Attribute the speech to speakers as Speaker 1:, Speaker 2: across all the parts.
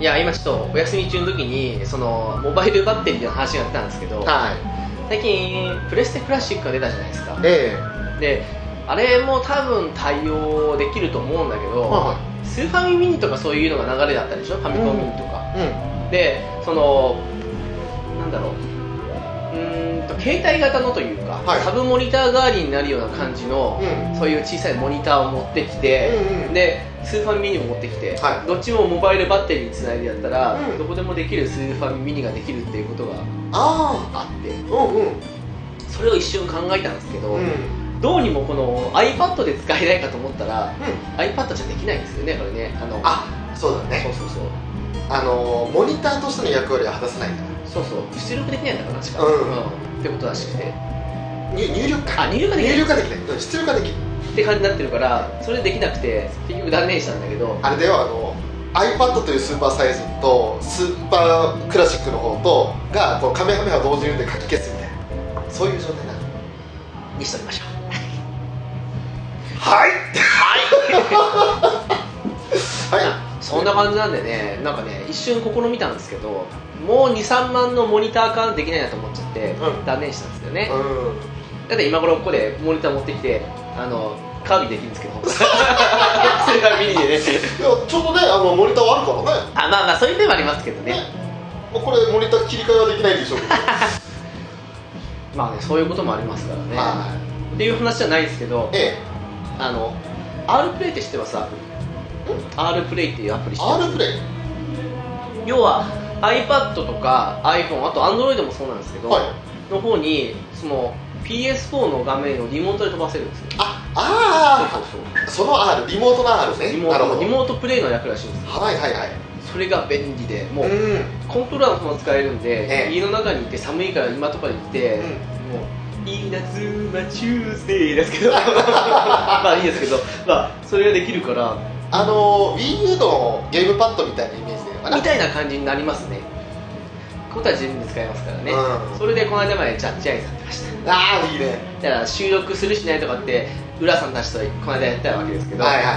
Speaker 1: いや今ちょっとお休み中の時にそのモバイルバッテリーの話が出たんですけど、
Speaker 2: はい
Speaker 1: 最近プレステクラシックが出たじゃないですか
Speaker 2: ええ
Speaker 1: であれも多分対応できると思うんだけど、
Speaker 2: は
Speaker 1: スーファミミニとかそういうのが流れだったでしょファミコンミニとか、
Speaker 2: いうん
Speaker 1: でそのなんだろううーんと携帯型のというか、
Speaker 2: はい
Speaker 1: サブモニター代わりになるような感じの、
Speaker 2: うん
Speaker 1: そういう小さいモニターを持ってきて、
Speaker 2: うんうん
Speaker 1: でスーファミミニも持ってきて、
Speaker 2: はい
Speaker 1: どっちもモバイルバッテリーにつないでやったら、
Speaker 2: うん
Speaker 1: どこでもできるスーファミミニができるっていうことが
Speaker 2: あ
Speaker 1: あって
Speaker 2: あうんうん
Speaker 1: それを一瞬考えたんですけど、
Speaker 2: うんうん
Speaker 1: どうにもこの iPad で使えないかと思ったら iPad じゃできないんですよねこれねあの
Speaker 2: あそうだ
Speaker 1: そ
Speaker 2: ね
Speaker 1: うそうそう
Speaker 2: あのーモニターとしての役割は果たせないんだから
Speaker 1: そうそう出力できないんだから確か、
Speaker 2: うん
Speaker 1: んってことらしくて
Speaker 2: 入入力か
Speaker 1: あ入力ができ
Speaker 2: 入
Speaker 1: ない
Speaker 2: 力ができないうん出力ができる
Speaker 1: って感じになってるからそれできなくて結局断念したんだけど
Speaker 2: あれだよあの iPad というスーパーサイズとスーパークラシックの方とがこうカメハメハ同時に読んで書き消すみたいなそういう状態になる
Speaker 1: にしときましょう
Speaker 2: はい はいはい
Speaker 1: そんな感じなんでねなんかね一瞬試みたんですけどもう23万のモニター化できないなと思っちゃって、
Speaker 2: うん
Speaker 1: 断念したんですよね、
Speaker 2: うん
Speaker 1: だって今頃ここでモニター持ってきてあのカービィできるん ですけどそれがミニでね
Speaker 2: いやちょうどねあのモニターはあるからね
Speaker 1: あまあまあそういう面もありますけどね
Speaker 2: まあこれモニター切り替えはできないでしょうけど
Speaker 1: まあねそういうこともありますからね、
Speaker 2: はい
Speaker 1: っていう話じゃないですけど
Speaker 2: え
Speaker 1: あの R プレイって知ってますアプリ R プレイっていうアプリ
Speaker 2: え
Speaker 1: 知ってます
Speaker 2: R プレイ
Speaker 1: 要は iPad とか iPhone あと Android もそうなんですけど、
Speaker 2: はい
Speaker 1: の方にその PS4 の画面をリモートで飛ばせるんですよ
Speaker 2: あ
Speaker 1: そうそう
Speaker 2: ああその R リモートの R
Speaker 1: そう
Speaker 2: ね
Speaker 1: リモ
Speaker 2: なるほ
Speaker 1: ート
Speaker 2: ど
Speaker 1: リモートプレイの役らしいんですよ
Speaker 2: はいはいはい
Speaker 1: それが便利でもう、
Speaker 2: うん
Speaker 1: コントローラーも使えるんで、
Speaker 2: ええ
Speaker 1: 家の中にいて寒いから今とかにいて、
Speaker 2: うん
Speaker 1: もういい夏はチューズデーです けどまあいいですけどまあそれができるから
Speaker 2: あの WiiU のゲームパッドみたいなイメージでいいのかな
Speaker 1: みたいな感じになりますねことは自由に使えますからね、
Speaker 2: うん
Speaker 1: それでこの間までジャッジアイさんってました
Speaker 2: ああいいね
Speaker 1: だから収録するしないとかって浦さんたちとこの間やったわけですけど、
Speaker 2: はいはいはい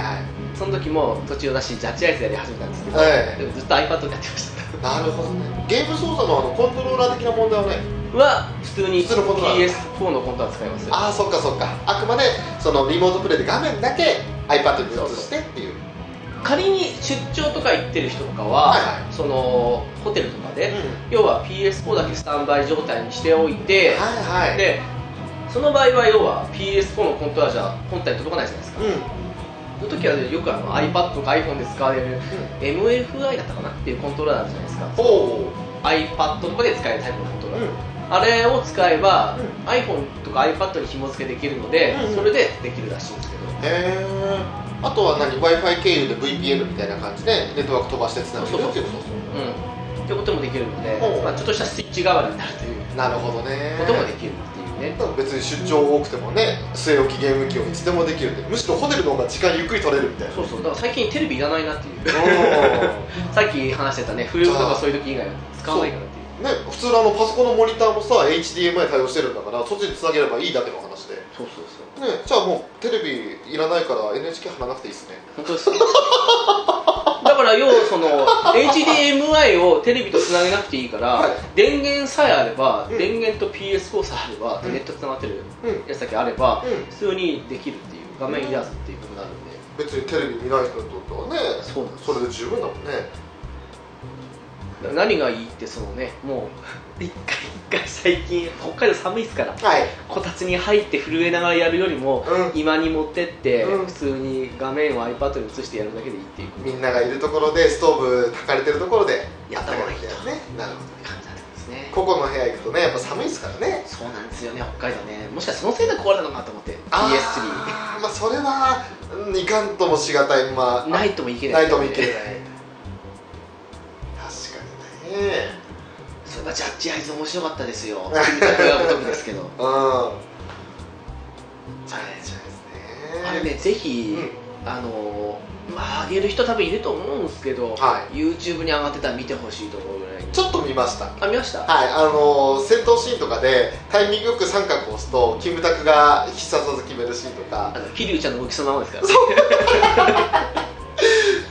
Speaker 1: その時も途中を出しジャッジアイスやり始めたんですけど、
Speaker 2: え
Speaker 1: でもずっと iPad でやってました
Speaker 2: えなるほどねゲーム操作のあのコントローラー的な問題はね
Speaker 1: は普通に
Speaker 2: 普通のコントローラー
Speaker 1: PS4 のコントローラー使いますよ
Speaker 2: ああそっかそっかあくまでそのリモートプレイで画面だけ iPad に移してっていう
Speaker 1: 仮に出張とか行ってる人とかは、
Speaker 2: はいは
Speaker 1: そのホテルとかで、
Speaker 2: うん
Speaker 1: 要は PS4 だけスタンバイ状態にしておいて、
Speaker 2: はいはい
Speaker 1: でその場合は要は PS4 のコントローラーじゃ本体に届かないじゃないですか、
Speaker 2: うん
Speaker 1: その時はよくあの iPad とか iPhone で使われる MFI だったかなっていうコントローラーあるじゃないですか
Speaker 2: ほう
Speaker 1: iPad とかで使えるタイプのコントローラー、
Speaker 2: う
Speaker 1: あれを使えば、
Speaker 2: うん
Speaker 1: iPhone とか iPad に紐付けできるので、
Speaker 2: うんうん
Speaker 1: それでできるらしいんですけど、
Speaker 2: んへえあとは何 w i f i 経由で VPN みたいな感じでネットワーク飛ばしてつなぐ
Speaker 1: そうそうそう
Speaker 2: そう
Speaker 1: うん、ってこともできるので
Speaker 2: ほう、
Speaker 1: まあ、ちょっとしたスイッチ代わりになるという
Speaker 2: なるほどね
Speaker 1: こともできるっていうね、
Speaker 2: 別に出張多くてもね据え置きゲーム機をいつでもできるんでむしろホテルの方が時間ゆっくり取れるみたいな
Speaker 1: そうそうだから最近テレビいらないなっていう
Speaker 2: おー
Speaker 1: さっき話してたねフルームとかそういう時以外は使わないからっていう
Speaker 2: ね、普通のあのパソコンのモニターもさ HDMI 対応してるんだからそっちにつなげればいいだけの話で、ね、
Speaker 1: そうそうそう
Speaker 2: じゃあもうテレビいらないから NHK 貼らなくていいですね
Speaker 1: 本当ですよだから要はその HDMI をテレビとつなげなくていいから、
Speaker 2: はい
Speaker 1: 電源さえあれば、
Speaker 2: うん
Speaker 1: 電源と PS4 さえあれば、
Speaker 2: うん
Speaker 1: ネットつながってる
Speaker 2: うん
Speaker 1: やつだけあれば、
Speaker 2: うん
Speaker 1: 普通にできるっていう画面いらずっていうことになるんで、
Speaker 2: 別にテレビ見ない人にとってはね
Speaker 1: そうなんです
Speaker 2: れで十分だもんね
Speaker 1: だから何がいいってそのねもう 一回一回最近北海道寒いですから
Speaker 2: はい
Speaker 1: こたつに入って震えながらやるよりも、
Speaker 2: う
Speaker 1: 今に持ってって、
Speaker 2: うん
Speaker 1: 普通に画面を iPad に映してやるだけでいいっていうこと
Speaker 2: みんながいるところでストーブ炊かれてるところで
Speaker 1: やった方がいいと
Speaker 2: やった方がいいんだよねなるほ
Speaker 1: 感じなんですね
Speaker 2: ど個々の部屋行くとねやっぱ寒いですからね
Speaker 1: そうなんですよね北海道ねもしかしてそのせいで壊れたのかと思って
Speaker 2: あ
Speaker 1: PS3
Speaker 2: ーまあそれはうんいかんともしがたいまあ
Speaker 1: ないともいけな
Speaker 2: ないいともいけない確かにね
Speaker 1: そういえばジャッジアイズ面白かったですよ君たちがごとくですけど
Speaker 2: うん
Speaker 1: チャレンジあ
Speaker 2: あ
Speaker 1: れねぜひ、
Speaker 2: う
Speaker 1: あのーまあ上げる人多分いると思うんですけど、
Speaker 2: は
Speaker 1: YouTube に上がってたら見てほしいところぐらいに
Speaker 2: ん、ちょっと見ました
Speaker 1: あ見ました
Speaker 2: はいあのー戦闘シーンとかでタイミングよく三角を押すとキムタクが必殺技決めるシーンとか
Speaker 1: あの桐生ちゃんの大きさのままですから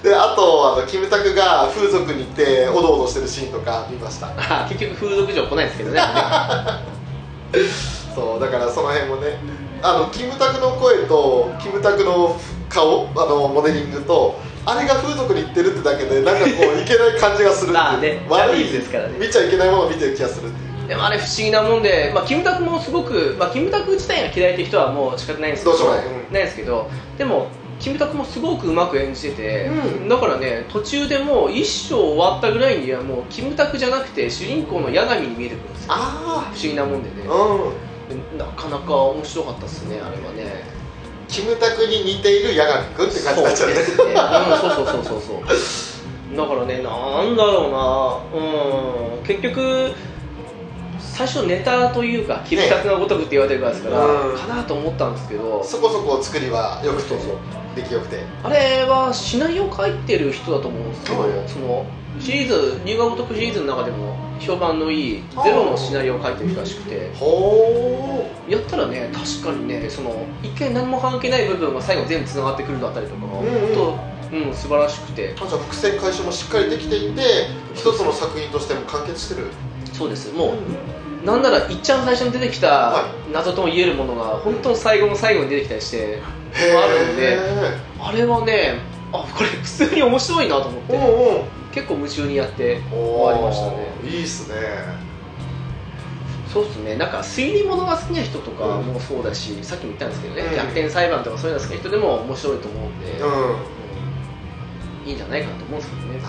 Speaker 2: であととあのキムタクが風俗に行っておどおどしてるシーンとか見ました
Speaker 1: あ結局風俗嬢来ないですけ どね
Speaker 2: そうだからその辺もねあのキムタクの声とキムタクの顔あのモデリングとあれが風俗に行ってるってだけでなんかこういけない感じがするっていう
Speaker 1: まあね
Speaker 2: 悪
Speaker 1: ジャニーズですからね
Speaker 2: 見ちゃいけないものを見てる気がするっていう
Speaker 1: でもあれ不思議なもんで、まあ、キムタクもすごく、まあ、キムタク自体が嫌いって人はもう仕方ないんですけど
Speaker 2: どうしようもないうん
Speaker 1: ないですけどでもキムタクもすごくうまく演じてて、
Speaker 2: うん
Speaker 1: だからね途中でもう一章終わったぐらいにはもうキムタクじゃなくて主人公の八神に見えてくるんですよ
Speaker 2: あ
Speaker 1: 不思議なもんでね
Speaker 2: あうん
Speaker 1: なかなか面白かったですねあれはね
Speaker 2: キムタクに似ている八神君って感じになっちゃうね
Speaker 1: そうですね、うん、そうそうそうそうそうだからねなんだろうなうん結局最初ネタというか切り立のごとくって言われてるからですから、
Speaker 2: うん
Speaker 1: かなと思ったんですけど
Speaker 2: そこそこ作りはよくて
Speaker 1: そうそう
Speaker 2: 出来よくて
Speaker 1: あれはシナリオ書いてる人だと思うんですけど、
Speaker 2: はいはい
Speaker 1: そのシリーズ「龍が如く」シリーズの中でも評判のいいゼロのシナリオを書いてる人らしくて
Speaker 2: ほ
Speaker 1: やったらね確かにねその一見何も関係ない部分が最後全部つながってくるのあたりとかが、
Speaker 2: うんうん
Speaker 1: と、うん、素晴らしくて
Speaker 2: うじゃあ伏線回収もしっかりできていて一つの作品としても完結してる
Speaker 1: そうですもう、なんならいっちゃん最初に出てきた
Speaker 2: は
Speaker 1: 謎とも言えるものが本当の最後の最後に出てきたりしてあるんであれはねあこれ普通に面白いなと思っ
Speaker 2: うん
Speaker 1: て
Speaker 2: うん
Speaker 1: 結構夢中にやって
Speaker 2: おー
Speaker 1: 終わりましたね
Speaker 2: いいっすね
Speaker 1: そうですねなんか推理物が好きな人とか
Speaker 2: うん
Speaker 1: もそうだし、さっきも言ったんですけどね、
Speaker 2: うん
Speaker 1: 逆転裁判とかそういうの好きな人でも面白いと思うんで、
Speaker 2: うんなるほどね
Speaker 1: いいんじゃないかなと思うんですけどね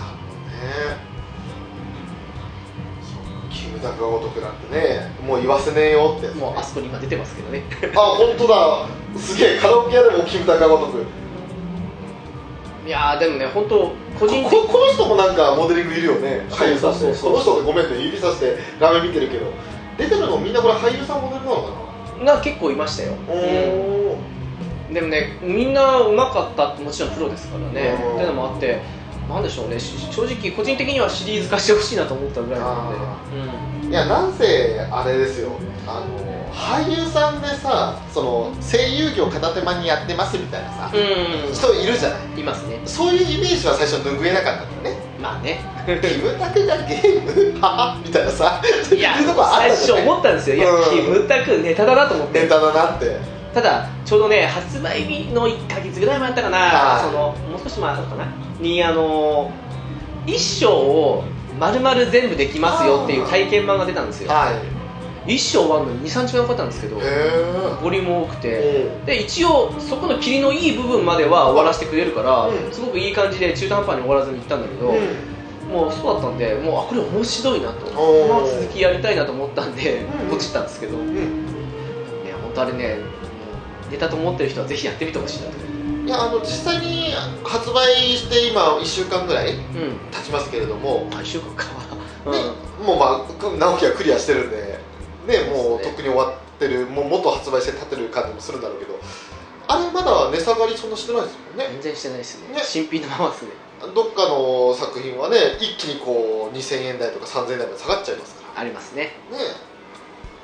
Speaker 2: そうキムタクがお得なんてねもう言わせねえよってやつね
Speaker 1: もうあそこに今出てますけどね
Speaker 2: あ本当だすげえカラオケ屋でもキムタクがお得
Speaker 1: いやーでもね本当個人的
Speaker 2: こここの人もなんかモデリングいるよね
Speaker 1: そう
Speaker 2: 俳優さんって
Speaker 1: そうそう
Speaker 2: この人ってごめんね指さして画面見てるけど出てるのみんなこれ俳優さんモデルなのか
Speaker 1: が結構いましたよ、
Speaker 2: なおー
Speaker 1: でもねみんなうまかったってもちろんプロですからね
Speaker 2: うん
Speaker 1: っていうのもあってなんでしょうねし正直個人的にはシリーズ化してほしいなと思ったぐらいな
Speaker 2: あ
Speaker 1: ので、うん
Speaker 2: いやなんせあれですよあの俳優さんでさその声優業片手間にやってますみたいなさ、
Speaker 1: う
Speaker 2: 人いるじゃない
Speaker 1: んいますね
Speaker 2: そういうイメージは最初拭えなかったんだよね
Speaker 1: まあね
Speaker 2: キムタクがゲームはみたいなさ
Speaker 1: いや
Speaker 2: そういうとこあ
Speaker 1: 最
Speaker 2: ったじ
Speaker 1: 初
Speaker 2: ゃない
Speaker 1: 思ったんですよいや
Speaker 2: うん
Speaker 1: キムタクネタだなと思って
Speaker 2: ネタだなって
Speaker 1: ただちょうどね発売日の1か月ぐらい前だったかな
Speaker 2: は
Speaker 1: いそのもう少し前だったかなにあの一章を丸々全部できますよっていう体験版が出たんですよ
Speaker 2: はい
Speaker 1: 一章終わるのに23時間かかったんですけど
Speaker 2: へ
Speaker 1: ボリューム多くて
Speaker 2: え
Speaker 1: で一応そこの霧のいい部分までは終わらせてくれるから、
Speaker 2: うん
Speaker 1: すごくいい感じで中途半端に終わらずに行ったんだけど、もうそうだったんでもうあこれ面白いなと
Speaker 2: お
Speaker 1: こ
Speaker 2: ー
Speaker 1: の続きやりたいなと思ったんで
Speaker 2: うん
Speaker 1: ポチったんですけど、ね
Speaker 2: うん
Speaker 1: 本当あれねもうネタと思ってる人はぜひやってみてほしいなと
Speaker 2: いやあの実際に発売して今1週間ぐらい
Speaker 1: うん
Speaker 2: 経ちますけれども、
Speaker 1: あ週間かは、
Speaker 2: ねもうまあく直樹はクリアしてるんで、ね、も
Speaker 1: そう
Speaker 2: う
Speaker 1: ですね
Speaker 2: とっくに終わってるもうもっと発売して立てる感じもするんだろうけどあれまだ値下がりそんなしてないですもんね
Speaker 1: 全然してないですね
Speaker 2: ね
Speaker 1: 新品のままですね
Speaker 2: どっかの作品はね一気にこう2000円台とか3000円台まで下がっちゃいますか
Speaker 1: ありますね、
Speaker 2: らね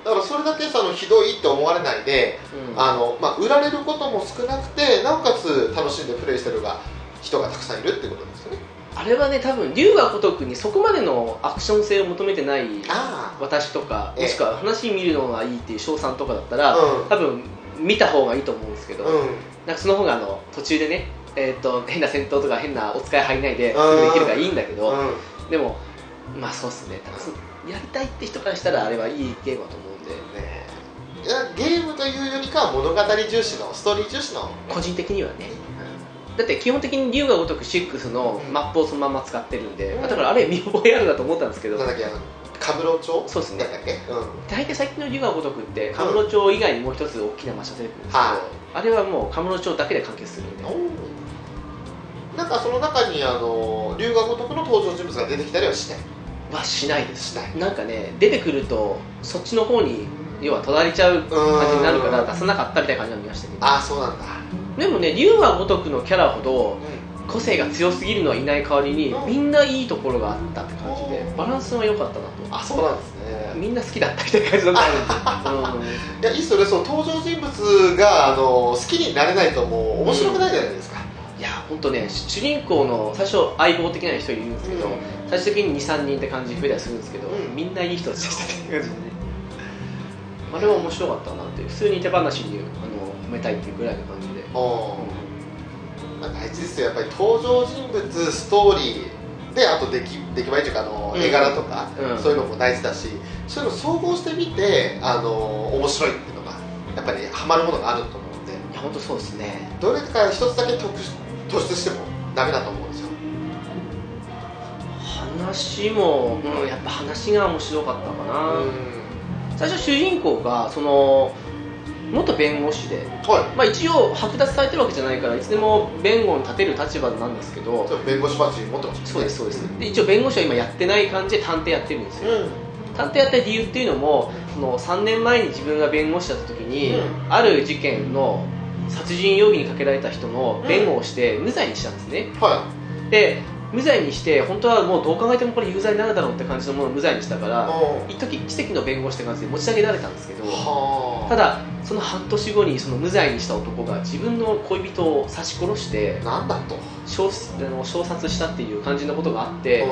Speaker 2: だからそれだけそのひどいって思われないで
Speaker 1: うん、
Speaker 2: あの、まあ、売られることも少なくてなおかつ楽しんでプレイしてるが人がたくさんいるってことですよね
Speaker 1: あれはね多分龍が如くにそこまでのアクション性を求めてない
Speaker 2: あ
Speaker 1: 私とか
Speaker 2: ええ
Speaker 1: もしくは話見るのがいいっていう翔さんとかだったら、
Speaker 2: うん
Speaker 1: 多分見た方がいいと思うんですけど、
Speaker 2: うん
Speaker 1: なんかその方があの途中でね、えー、と変な戦闘とか変なお使い入りないで
Speaker 2: うん
Speaker 1: すぐできるからいいんだけど、
Speaker 2: うん
Speaker 1: でもまあそうっすね楽しやりたいって人からしたらあれはいいゲームだと思うんで
Speaker 2: ねいやゲームというよりかは物語重視のストーリー重視の
Speaker 1: 個人的にはねだって基本的に龍が如く6のマップをそのまま使ってるんで、
Speaker 2: うん
Speaker 1: だからあれ見覚えあるなと思ったんですけど、
Speaker 2: なんだっけあのカブロ町
Speaker 1: そうですね
Speaker 2: なんだっけうん
Speaker 1: 大体最近の龍が如くって神室町以外にもう一つ大きな場所出てくるんですけど、
Speaker 2: は
Speaker 1: あれはもう神室町だけで完結するんで
Speaker 2: なんかその中にあの龍が如くの登場人物が出てきたりはしない
Speaker 1: はしないです
Speaker 2: しない
Speaker 1: なんかね出てくるとそっちの方に要は取られちゃう感じになるから
Speaker 2: うん
Speaker 1: 出さなかったみたいな感じになりましたけど
Speaker 2: ああそうなんだ、
Speaker 1: でもね龍が如くのキャラほど
Speaker 2: う
Speaker 1: 個性が強すぎるのはいない代わりに
Speaker 2: うん
Speaker 1: みんないいところがあったって感じで
Speaker 2: うん
Speaker 1: バランスは良かったなと
Speaker 2: ん、あそうなんですね
Speaker 1: みんな好きだったみたいな感じのがあ るんで、
Speaker 2: いやいいっすよねその登場人物があの好きになれないともう面白くないじゃないですか、
Speaker 1: うんいや本当ね主人公の最初相棒的な人いるんですけど、
Speaker 2: うん
Speaker 1: 最終的に23人って感じで増えたりするんですけど、
Speaker 2: うん
Speaker 1: みんないい人たちでしたっていう感じでねまあでも面白かったなっていう普通に手放しにあの埋めたいっていうぐらいの感じで
Speaker 2: うんまあ大事ですよやっぱり登場人物ストーリーであと出来出来栄えというかあの、
Speaker 1: うん
Speaker 2: 絵柄とか、
Speaker 1: うん
Speaker 2: そういうのも大事だしそういうの総合してみてあの面白いっていうのがやっぱりハマるものがあると思うので
Speaker 1: いや本当そうですね
Speaker 2: どれか一つだけ特突出してもダメだと思うんですよ
Speaker 1: 話も、うん、やっぱ話が面白かったかな、
Speaker 2: うん
Speaker 1: 最初主人公がその元弁護士で、
Speaker 2: は
Speaker 1: まあ、一応剥奪されてるわけじゃないからいつでも弁護に立てる立場なんですけど
Speaker 2: いちょっと弁護士バッジ持ってました
Speaker 1: そうですそうですで一応弁護士は今やってない感じで探偵やってるんですよ、探偵やった理由っていうのもその3年前に自分が弁護士だった時に、
Speaker 2: うん
Speaker 1: ある事件の殺人容疑にかけられた人の弁護をして無罪にしたんですね
Speaker 2: うんは
Speaker 1: で無罪にして本当はもうどう考えてもこれ有罪になるだろうって感じのものを無罪にしたか
Speaker 2: い
Speaker 1: ら
Speaker 2: うん
Speaker 1: 一時奇跡の弁護士って感じで持ち上げられたんですけど
Speaker 2: はあ
Speaker 1: ただその半年後にその無罪にした男が自分の恋人を刺し殺して
Speaker 2: なんだと、
Speaker 1: 小あの小殺したっていう感じのことがあって、
Speaker 2: うん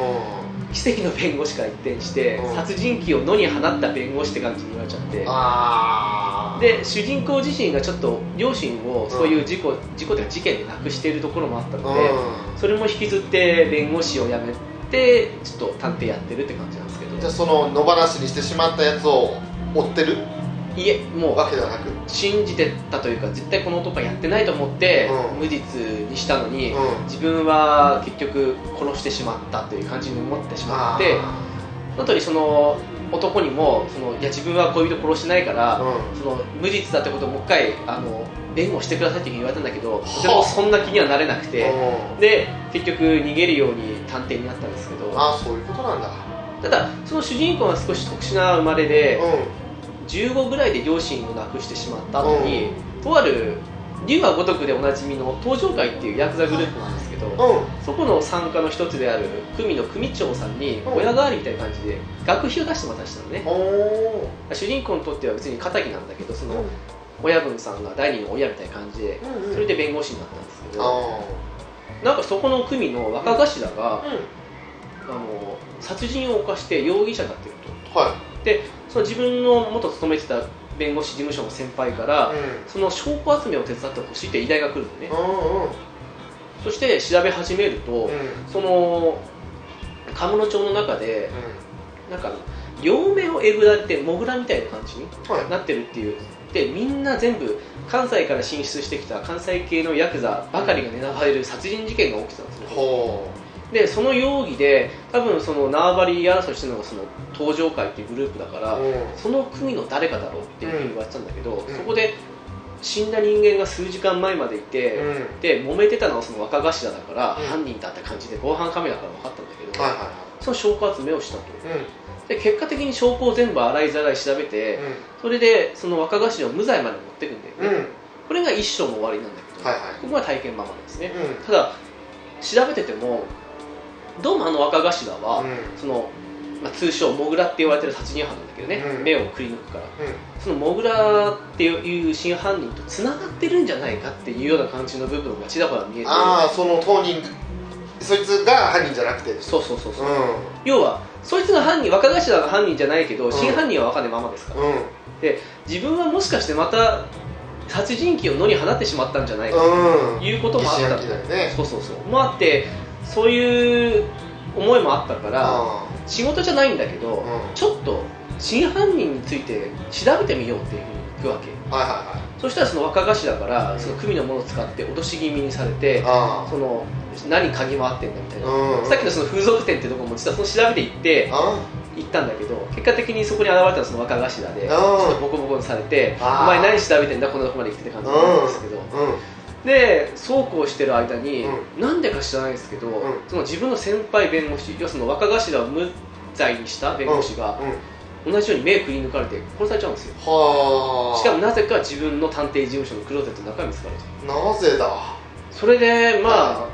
Speaker 1: 奇跡の弁護士から一転して、
Speaker 2: うん
Speaker 1: 殺人鬼を野に放った弁護士って感じに言われちゃって
Speaker 2: ああ
Speaker 1: で主人公自身がちょっと両親をそういう事故、事故というか事件で亡くしているところもあった
Speaker 2: う
Speaker 1: の
Speaker 2: ん
Speaker 1: で、それも引きずって弁護士を辞めてちょっと探偵やってるって感じなんですけ
Speaker 2: じゃあ
Speaker 1: ど
Speaker 2: その野放しにしてしまったやつを追ってる
Speaker 1: いえもう
Speaker 2: わけではなく、うん、
Speaker 1: 信じてたというか絶対この男はやってないと思って、
Speaker 2: うん
Speaker 1: 無実にしたのに、自分は結局殺してしまったという感じに思ってしま
Speaker 2: あ
Speaker 1: っ
Speaker 2: ー
Speaker 1: てその時その男にもそのいや自分は恋人殺してないから、
Speaker 2: う
Speaker 1: その無実だってことをもう一回あの弁護してくださいって言われたんだけど
Speaker 2: はあ
Speaker 1: でもそんな気にはなれなく
Speaker 2: ん
Speaker 1: て
Speaker 2: うん
Speaker 1: で結局逃げるように探偵になったんですけど
Speaker 2: ああそういうことなんだ
Speaker 1: ただその主人公は少し特殊な生まれで
Speaker 2: う
Speaker 1: 15ぐらいで両親を亡くしてしまった後にとある龍が如くでおなじみの東上会っていうヤクザグループなんですけど
Speaker 2: んうん
Speaker 1: そこの参加の一つである組の組長さんに親代わりみたいな感じで学費を出して渡したのね
Speaker 2: おお
Speaker 1: 主人公にとっては別に仇なんだけどその親分さんが第二の親みたいな感じで
Speaker 2: うん
Speaker 1: それで弁護士になったんですけ
Speaker 2: あ
Speaker 1: ど
Speaker 2: あ
Speaker 1: なんかそこの組の若頭が
Speaker 2: うん
Speaker 1: あの殺人を犯して容疑者だっていうこと
Speaker 2: は
Speaker 1: その自分の元勤めてた弁護士事務所の先輩から
Speaker 2: い
Speaker 1: その証拠集めを手伝ってほしいって依頼が来るのね
Speaker 2: うんうんうん
Speaker 1: そして調べ始めると
Speaker 2: うん
Speaker 1: そのカムロ町の中でなんか両目をえぐられてモグラみたいな感じに
Speaker 2: はい
Speaker 1: なってるっていうでみんな全部関西から進出してきた関西系のヤクザばかりが狙われる殺人事件が起きてたんですよ
Speaker 2: ほ
Speaker 1: でその容疑で多分その縄張り争いしてるのがその東上会っていうグループだか
Speaker 2: う
Speaker 1: ら、
Speaker 2: うん
Speaker 1: その組の誰かだろうっていうふうに言われてたんだけど、
Speaker 2: ん
Speaker 1: そこで死んだ人間が数時間前までいて、
Speaker 2: うん
Speaker 1: で揉めてたのはその若頭だから、
Speaker 2: うん
Speaker 1: 犯人だって感じで防犯カメラから分かったんだけど、
Speaker 2: はいは
Speaker 1: その証拠集めをしたと
Speaker 2: いはい
Speaker 1: で結果的に証拠を全部洗いざらい調べて、それでその若頭を無罪まで持っていくんだよね、
Speaker 2: うんうん
Speaker 1: これが一章の終わりなんだけど、
Speaker 2: はいはい
Speaker 1: ここが体験版までですね、
Speaker 2: うん
Speaker 1: ただ調べててもどうもあの若頭は、
Speaker 2: うん
Speaker 1: その、まあ、通称モグラって言われてる殺人犯なんだけどね、
Speaker 2: うん
Speaker 1: 目をくり抜くから
Speaker 2: うん
Speaker 1: そのモグラっていう真犯人とつながってるんじゃないかっていうような感じの部分がちらほら見えて
Speaker 2: ああその当人そいつが犯人じゃなくてうん
Speaker 1: そうそうそうそう、要はそいつが犯人若頭が犯人じゃないけど
Speaker 2: ん
Speaker 1: 真犯人は若手ママですから、
Speaker 2: うん
Speaker 1: 自分はもしかしてまた殺人鬼を野に放ってしまったんじゃないか
Speaker 2: うん
Speaker 1: いうこともあった
Speaker 2: 疑心暗鬼だよね
Speaker 1: そうそうそうもあってそういう思いもあったから
Speaker 2: う
Speaker 1: 仕事じゃないんだけど、
Speaker 2: うん
Speaker 1: ちょっと真犯人について調べてみようっていうふうに行くわけ
Speaker 2: んはいはいはい
Speaker 1: そしたらその若頭からその組のものを使って脅し気味にされて
Speaker 2: あ
Speaker 1: その何鍵回ってんだみたい
Speaker 2: あ
Speaker 1: な、
Speaker 2: うん
Speaker 1: さっきのその風俗店ってとこも実はその調べて行って
Speaker 2: あ
Speaker 1: 行ったんだけど結果的にそこに現れたのはその若頭で
Speaker 2: ん
Speaker 1: ちょっとボコボコにされて「お
Speaker 2: あー
Speaker 1: 前何調べてんだこんなとこまで来て」って感じなんですけど、
Speaker 2: うん
Speaker 1: でそうこうしてる間に、
Speaker 2: う
Speaker 1: なんでか知らないですけど、
Speaker 2: ん
Speaker 1: その自分の先輩弁護士要はその若頭を無罪にした弁護士が、
Speaker 2: うん
Speaker 1: 同じように目くり抜かれて殺されちゃうんですよ
Speaker 2: はあ
Speaker 1: しかもなぜか自分の探偵事務所のクローゼットの中身見つかると
Speaker 2: なぜだ
Speaker 1: それでまあ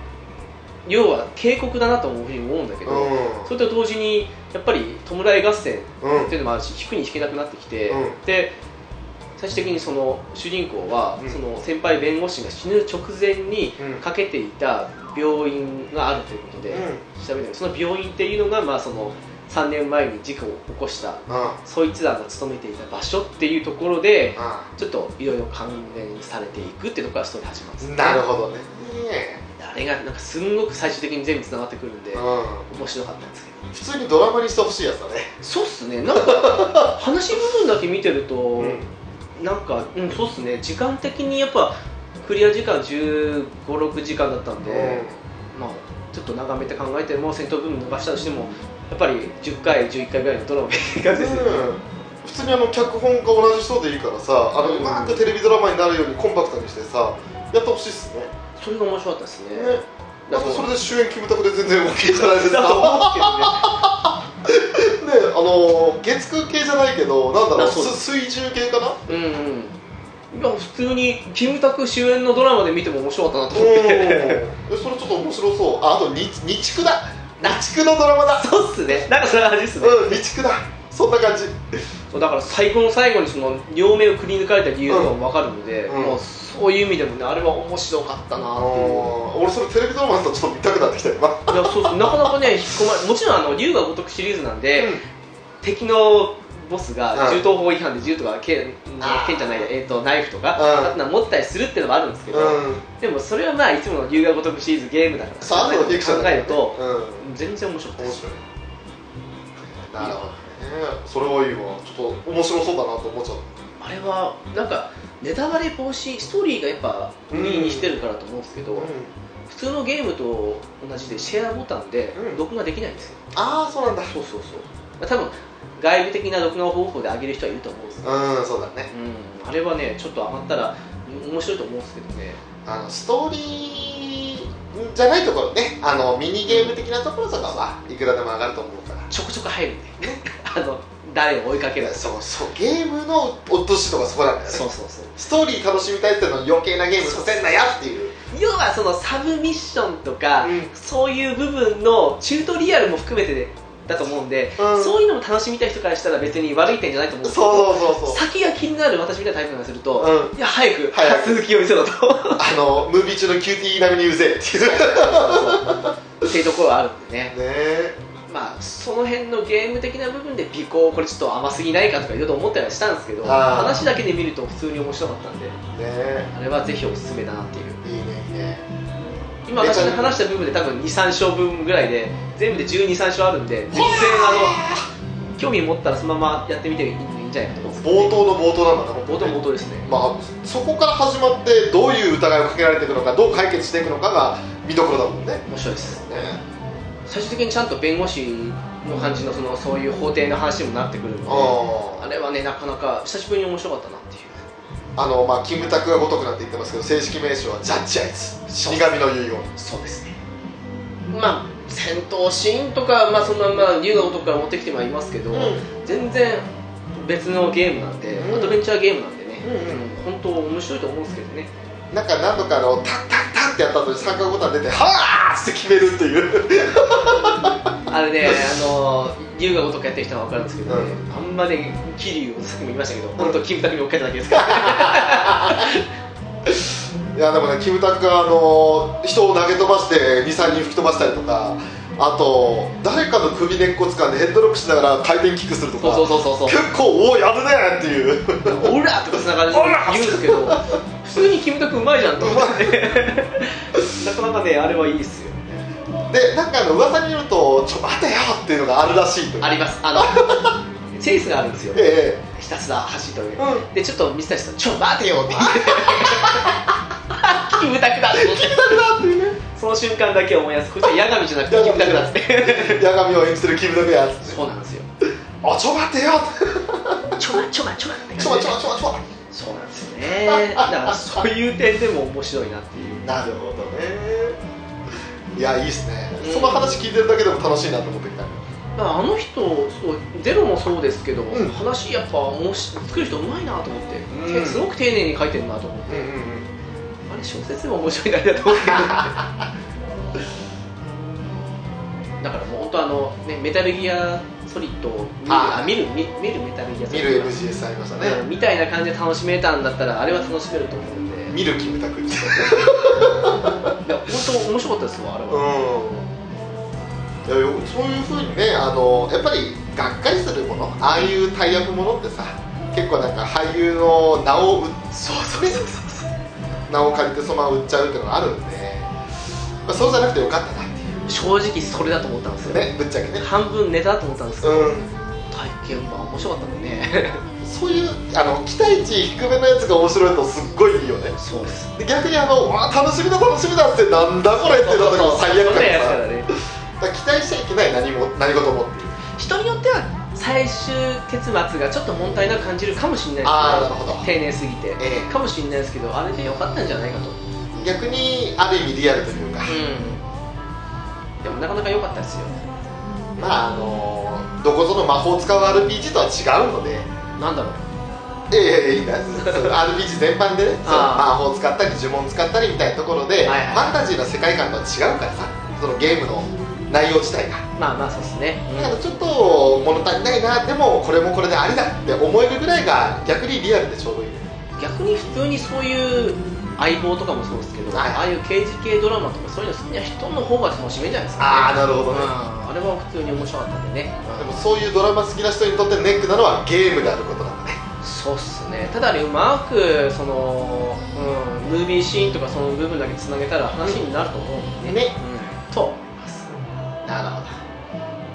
Speaker 1: 要は警告だなと思うふうに思うんだけ
Speaker 2: う
Speaker 1: ど、
Speaker 2: ん
Speaker 1: それと同時にやっぱり弔い合戦
Speaker 2: うん
Speaker 1: っていうのもあるし引くに引けなくなってきて、
Speaker 2: うん
Speaker 1: で最終的にその主人公は、
Speaker 2: うん
Speaker 1: その先輩弁護士が死ぬ直前に
Speaker 2: うん
Speaker 1: かけていた病院があるということで、
Speaker 2: うん
Speaker 1: 調べてその病院っていうのが、まあ、その3年前に事故を起こした
Speaker 2: あ
Speaker 1: そいつらが勤めていた場所っていうところで
Speaker 2: あ
Speaker 1: ちょっといろいろ関連されていくってところがストーリー始まるんですね
Speaker 2: なるほどね
Speaker 1: あれがなんかすんごく最終的に全部つながってくるんで
Speaker 2: うん
Speaker 1: 面白かったんですけど
Speaker 2: 普通にドラマにしてほしいやつだね
Speaker 1: そうっすねなんか話部分だけ見てると、
Speaker 2: うん
Speaker 1: なんか、うん、そうっすね時間的にやっぱクリア時間1 5 6時間だったんで、まあちょっと長めて考えても戦闘部分伸ばしたとしてもやっぱり10回11回ぐらいのドラマって感じですよね
Speaker 2: うん普通にあの脚本が同じ人でいいからさあの
Speaker 1: うん
Speaker 2: うまくテレビドラマになるようにコンパクトにしてさやってほしいっすね
Speaker 1: それが面白かったですね
Speaker 2: ね
Speaker 1: だから
Speaker 2: あとそれで主演キムタクで全然 OK じゃない です
Speaker 1: だと
Speaker 2: か
Speaker 1: 思うけどね
Speaker 2: ねあの月空系じゃないけどなんだろう
Speaker 1: あそう
Speaker 2: す水中系かな
Speaker 1: うんうんいや普通にキムタク主演のドラマで見ても面白かったなと
Speaker 2: お
Speaker 1: 思って
Speaker 2: ーえそれちょっと面白そうああとに日畜だ
Speaker 1: な
Speaker 2: 日畜のドラマだ
Speaker 1: そうっすねなんかそんな感じっすね、
Speaker 2: うん日畜だそんな感じ
Speaker 1: そうだから最後の最後にその両目をくり抜かれた理由が分かるので、
Speaker 2: うん
Speaker 1: もうそういう意味でもねあれは面白かったな
Speaker 2: あ
Speaker 1: っていう
Speaker 2: のー、俺それテレビドラマだとちょっと見たくなってきた今
Speaker 1: いやそうそうなかなかね引き込まれもちろんあの龍が如くシリーズなんで、敵のボスが
Speaker 2: う
Speaker 1: 銃
Speaker 2: ん
Speaker 1: 刀法違反で銃とか剣
Speaker 2: あー
Speaker 1: 剣じゃないや、えー、とナイフとか、
Speaker 2: うん
Speaker 1: 刀持ったりするっていうのもあるんですけど、
Speaker 2: うん、うん、
Speaker 1: でもそれはまあいつもの龍が如くシリーズゲームだから
Speaker 2: サードのフィクション
Speaker 1: 考
Speaker 2: だ
Speaker 1: え
Speaker 2: よ
Speaker 1: ると、
Speaker 2: うん
Speaker 1: 全然面白かった
Speaker 2: 面
Speaker 1: です
Speaker 2: 白いなるほどねそれはいいわちょっと面白そうだなと思っちゃう
Speaker 1: あれはなんかネタバレ防止ストーリーがやっぱ売りにしてるからと思うんですけど、普通のゲームと同じでシェアボタンで
Speaker 2: うん
Speaker 1: 録画できないんですよ、
Speaker 2: ああそうなんだ
Speaker 1: そうそうそう多分外部的な録画方法で上げる人はいると思うんですよ、
Speaker 2: うんそうだね
Speaker 1: うん、あれはねちょっと上がったら面白いと思うんですけどね
Speaker 2: あのストーリーじゃないところねあのミニゲーム的なところとかはいくらでも上がると思うから
Speaker 1: ちょこちょこ入るんで あの誰を追いかけるか
Speaker 2: そうそうゲームの落としとかそこなんだよね
Speaker 1: そうそうそう
Speaker 2: ストーリー楽しみたいってのに余計なゲームさせんなやっていう
Speaker 1: 要はそのサブミッションとか、
Speaker 2: うん
Speaker 1: そういう部分のチュートリアルも含めてでだと思うんで、
Speaker 2: うん
Speaker 1: そういうのも楽しみたい人からしたら別に悪い点じゃないと思うんですけど
Speaker 2: そうそうそうそう
Speaker 1: 先が気になる私みたいなタイプからすると、
Speaker 2: う
Speaker 1: いや早く
Speaker 2: 早く
Speaker 1: 続きを見せ ろとそ
Speaker 2: あのムービー中のキューティー並みにうぜえっていうね
Speaker 1: うそうっていうところはあるんでね
Speaker 2: え
Speaker 1: まあその辺のゲーム的な部分で尾行これちょっと甘すぎないかとかいろいろ思ったりはしたんですけど
Speaker 2: あー
Speaker 1: 話だけで見ると普通に面白かったんで
Speaker 2: ねえ
Speaker 1: あれはぜひおすすめだなっていう
Speaker 2: いいねいいね
Speaker 1: 今私が話した部分で多分23章分ぐらいで全部で123章あるんで全然あの興味持ったらそのままやってみていいんじゃないかと思うんですけど
Speaker 2: 冒頭の冒頭なんだね
Speaker 1: 冒頭冒頭ですね
Speaker 2: まあそこから始まってどういう疑いをかけられていくのかどう解決していくのかが見どころだもんね
Speaker 1: 面白いです
Speaker 2: ね
Speaker 1: 最終的にちゃんと弁護士の感じのそのそういう法廷の話にもなってくるのであ
Speaker 2: あ
Speaker 1: れはねなかなか久しぶりに面白かったなっていう
Speaker 2: あのまあキムタクがごとくなって言ってますけど正式名称はジャッジアイズ死神の遺言
Speaker 1: そうですねまあ戦闘シーンとか、まあ、そのまま龍が男から持ってきてはいますけど、全然別のゲームなんで、
Speaker 2: う
Speaker 1: ア
Speaker 2: ん
Speaker 1: ドベンチャーゲームなんでね、
Speaker 2: う
Speaker 1: 本当面白いと思うんですけどね
Speaker 2: なんか何度かあのタンタンタンってやった後に三角ボタン出てはあって決めるっていう
Speaker 1: あれ ねあの龍が男やってる人は分かるんですけどね、
Speaker 2: う
Speaker 1: あんまね桐生をさっきも言いましたけど本当キムタクに追っかけただけですから
Speaker 2: いやでもねキムタクがあの人を投げ飛ばして23人吹き飛ばしたりとかあと誰かの首根っこ掴んでヘッドロックしながら回転キックするとか
Speaker 1: そうそうそうそうそう
Speaker 2: 結構おおやるねっていう
Speaker 1: オラとかつながる言うんですけど普通にキムタクうまいじゃんと思って なかなかねあれはいいですよ
Speaker 2: でなんかあの噂によると「ちょ待てよ」っていうのがあるらしいという
Speaker 1: ありますあ のチェイスがあるんですよ
Speaker 2: え
Speaker 1: ひたすら走っておいて、
Speaker 2: う
Speaker 1: でちょっと水谷さん「ちょ待てよ」って言って キムタクだと思ってその瞬間だけ思い出すこっちは八神じゃなくてキムタクだっつって
Speaker 2: え八神を演じてるキムタクやつっ て
Speaker 1: そうなんですよ
Speaker 2: あちょ待てよ」
Speaker 1: ちょまちょまちょまって感
Speaker 2: ち
Speaker 1: じ
Speaker 2: ょ
Speaker 1: で
Speaker 2: まちょまちょまちょま
Speaker 1: そうなんですよねだからそういう点でも面白いなっていう
Speaker 2: なるほどねいやいいっすね、
Speaker 1: うん
Speaker 2: その話聞いてるだけでも楽しいなと思ってきた
Speaker 1: まああの人そうゼロもそうですけど、
Speaker 2: うん
Speaker 1: 話やっぱもし作る人うまいなと思って、
Speaker 2: うん
Speaker 1: 手すごく丁寧に書いてるなと思って、
Speaker 2: うんうん
Speaker 1: あれ小説でも面白いなだと 思うけどだからもう本当あの、ね、メタルギアトリッドを見る
Speaker 2: あ
Speaker 1: あ
Speaker 2: ー
Speaker 1: 見る見見るメタルギア
Speaker 2: 見
Speaker 1: ソリッ
Speaker 2: る
Speaker 1: ド
Speaker 2: MGS ありました
Speaker 1: うん
Speaker 2: ね
Speaker 1: みたいな感じで楽しめたんだったらあれは楽しめると思うんで
Speaker 2: 見るキムタクです
Speaker 1: いや本当面白かったですわあれは、
Speaker 2: うんいやよそういうふうにねあのやっぱりがっかりするものああいうタイアップものってさ結構なんか俳優の名を売っ
Speaker 1: そうそうそうそうそう
Speaker 2: 名を借りてそのまま売っちゃうっていうのがあるんで、まあ、そうじゃなくてよかったなっていう
Speaker 1: 正直それだと思ったんですよ
Speaker 2: ねぶっちゃけね
Speaker 1: 半分ネタだと思ったんですけど、
Speaker 2: う
Speaker 1: 体験は面白かったんでね
Speaker 2: んそういうあの期待値低めのやつが面白いとすっごいいいよね
Speaker 1: そうです
Speaker 2: で逆にあのうわ楽しみだ楽しみだってなんだこれってなった時最悪
Speaker 1: そう
Speaker 2: 感
Speaker 1: だよ
Speaker 2: さ
Speaker 1: だからね
Speaker 2: だから期待しちゃいけない何も何事もっていう
Speaker 1: 人によっては最終結末がちょっと問題なく感じるかもしれないですけど
Speaker 2: ああなるほど
Speaker 1: 丁寧すぎて、
Speaker 2: ええ
Speaker 1: かもしれないですけどあれで良かったんじゃないかとう
Speaker 2: 逆にある意味リアルというか、
Speaker 1: んでもなかなか良かったですよ
Speaker 2: まああのどこぞの魔法を使う RPG とは違うので
Speaker 1: なんだろう
Speaker 2: いやいやいいんだその RPG 全般でねその魔
Speaker 1: あ
Speaker 2: 法を使ったり呪文を使ったりみたいなところで、
Speaker 1: はいはい
Speaker 2: ファンタジーの世界観とは違うからさそのゲームの内容自体が
Speaker 1: まあまあそうですね、うん
Speaker 2: だからちょっと物足りないなでもこれもこれでありだって思えるぐらいが逆にリアルでちょうどいいね
Speaker 1: 逆に普通にそういう相棒とかもそうですけど、
Speaker 2: はい
Speaker 1: ああいう刑事系ドラマとかそういうの好きな人の方が楽しめるんじゃないですか、ね、
Speaker 2: ああなるほどね
Speaker 1: うんあれは普通に面白かったんでね、
Speaker 2: でもそういうドラマ好きな人にとってネックなのはゲームであることなんだね
Speaker 1: そうっすねただねうまくその、うん、ムービーシーンとかその部分だけつなげたら話になると思うんでね、
Speaker 2: ね
Speaker 1: うんと思います
Speaker 2: なるほ